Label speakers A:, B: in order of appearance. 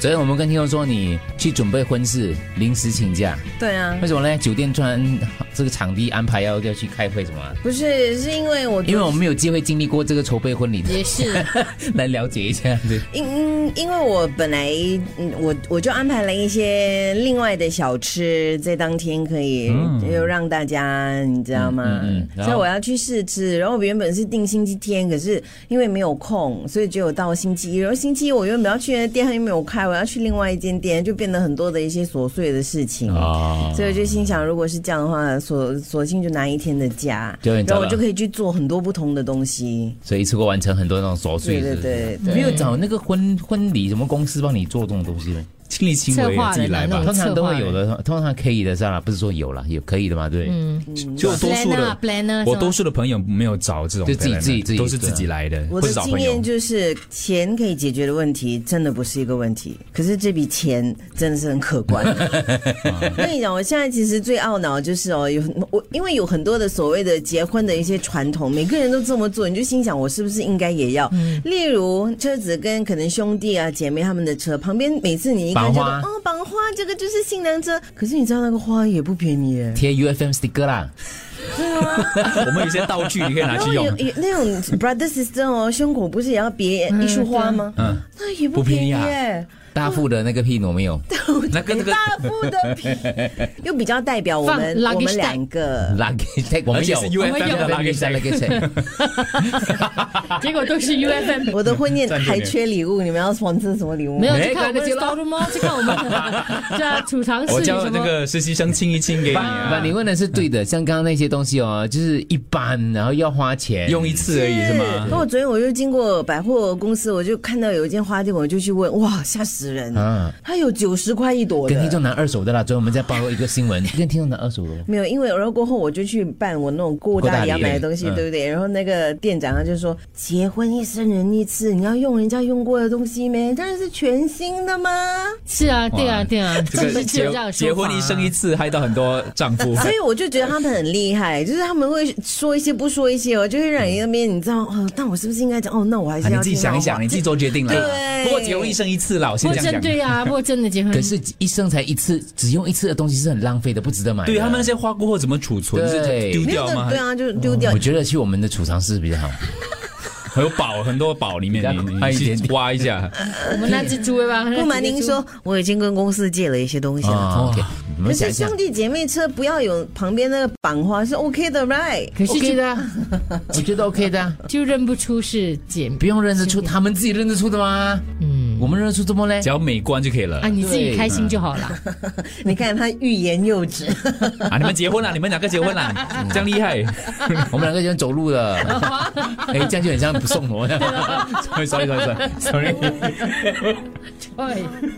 A: 昨天我们跟听众说，你去准备婚事，临时请假，
B: 对啊，
A: 为什么呢？酒店突然这个场地安排要要去开会什么啊？
B: 不是，是因为我
A: 因为我们没有机会经历过这个筹备婚礼的，
C: 也是
A: 来了解一下。对，
B: 因因因为我本来嗯我我就安排了一些另外的小吃，在当天可以就让大家你知道吗？
A: 嗯嗯然后
B: 所以我要去试吃，然后我原本是定星期天，可是因为没有空，所以只有到星期一。然后星期一我原本要去的店还没有开，我要去另外一间店，就变得很多的一些琐碎的事情。
A: 哦
D: 啊
B: 所以我就心想，如果是这样的话，索索性就拿一天的假，
A: 就很
B: 然
A: 早了
B: 后我就可以去做很多不同的东西。
A: 所以一次过完成很多那种琐碎
B: 对
A: 的
B: 对
A: 事。
B: 对
A: 没有找那个婚婚礼什么公司帮你做这种东西吗？
D: 亲力亲为
C: 策划人
D: 自己来
C: 啊
D: 吧
C: 那。
A: 通
C: 种
A: 常都会有的，通常可以的上了，不是说有了，也可以的嘛，对不对。
B: 嗯
D: 就多数
C: planner
D: 的
C: planner，
D: 我多
C: 是
D: 数的朋友没有找这种 planner
A: 就
D: 的，
A: 自己自己自己啊
D: 都是自己来的，
B: 我
D: 或
B: 的
D: 者找
B: 经
D: 朋友
B: 验。就是，钱可以解决的问题真的不是一个问题，可是这笔钱真的是很可 观。我跟你讲，我现在其实最懊恼就是哦，有我因为有很多的所谓的结婚的一些传统，每个人都这么做，你就心想我是不是应该也要？
D: 嗯
B: 例如车子跟可能兄弟啊姐妹他们的车旁边，每次你一看
A: 绑
B: 就
A: 花
B: 哦绑花，这个就是新娘车，可是你知道那个花也不便宜耶。
A: 贴 UFM sticker 啦，
D: 我们有些道具你可以拿
B: 然
D: 去
B: 后
D: 用
B: 哦 有，有那种 brother sister 哦，胸口不是也要别一束花吗？
D: 嗯，
B: 那也不
D: 不便
B: 便宜
D: 宜啊
B: 耶，哎
A: 大副的那个屁挪没 有
D: 那跟那个
B: 大幅的便宜，又比较代表我
C: 放
B: 们
C: luggage
B: 我们
C: tag
B: 两个。
A: luggage tag，我
D: 而
A: 们
D: 且
A: 有
D: 是
A: UFM
D: UFM 的
A: luggage tag，luggage
D: luggage
A: tag
C: 结果都是 UFM。
B: 我的婚宴
D: 赞助你
B: 还缺礼物，你们要 sponsor 什么礼物吗？
C: 没有
D: 没
C: 去看我们的
D: 看得见
C: store room 哦，去看我 们的这储藏
D: 我
C: 室
D: 叫
C: 什
D: 那
C: 么。
D: 个实习生亲一亲给你
A: 把
D: 啊
A: 把，你问的是对的，像刚刚那些东西哦，就是一般，然后要花钱，
D: 用一次而已 是吗？
B: 那我昨天我就经过百货公司，我就看到有一间花店，我就去问，哇，吓死人！
D: 嗯
A: 啊，
B: 它有九十块一朵
A: 跟听
B: 的。
A: 众拿二手的啦。昨天我们在报一个新闻，跟听众拿二手的，
B: 没有，因为然后过后我就去办我那种过
A: 过大
B: 大
A: 礼
B: 礼要买的
A: 嗯
B: 东西，
A: 嗯
B: 对不对？然后那个店长他就说，结婚一生人一次，你要用人家用过的东西没？当然是全新 的嘛。
C: 是啊，对啊，
D: 哇
C: 对啊，
D: 这
C: 是
D: 个
C: 只有这
D: 结
C: 样的
D: 结
C: 说法
D: 婚一生
C: 啊
D: 一次，害到很多丈夫。
B: 所以我就觉得他们很厉害，就是他们会说一些不说一些哦，就会让你那边你知道，哦，那我是不是应该讲？哦，那我还
D: 啊
B: 是
D: 你
B: 要
D: 自己
B: 听
D: 想
B: 到
D: 一
B: 话
D: 想，你自己做决定啦。
B: 对
D: 不过结婚一生一次啦，我
C: 不
D: 先
C: 过
D: 这样
C: 真
D: 讲。
C: 对啊，不过真的结婚，
A: 可是一生才一次，只用一次的东西是很浪费的，不值得买的。
D: 对他们那些花过后怎么储存？
A: 对
D: 是丢
B: 没有
D: 掉
B: 的，
D: 吗哦
B: 对？啊，就丢掉
A: 我。觉得去我们的储藏室比较好。
D: 还有宝，很多宝里
A: 比
D: 面
A: 较
D: 你
A: 快
D: 你
A: 一点
D: 去
A: 点
D: 挖一下。
C: 我们那只猪对吧？
B: 不瞒您说，我已经跟公司借了一些东西了。
A: 啊，OK，你
B: 可
A: 们想
B: 是
A: 一想
B: 兄，弟姐妹车不要有旁边那个绑花是 OK 的，right？
C: 可是
A: OK
C: 就
A: 的啊，我觉得 OK 的啊，
C: 就认不出是姐妹
A: 不用认得出，他们自己认得出的吗？嗯，我们认得出怎么嘞
D: 只？要美观就可以了
C: 啊，你自己
A: 对
C: 开心就好了。
B: 你看他欲言又止，
D: 啊！你们结婚了，你们两个结婚了，这样厉害，
A: 我们两个人走路 了，哎，这样就很像不送我。
D: sorry sorry sorry sorry。
C: 对。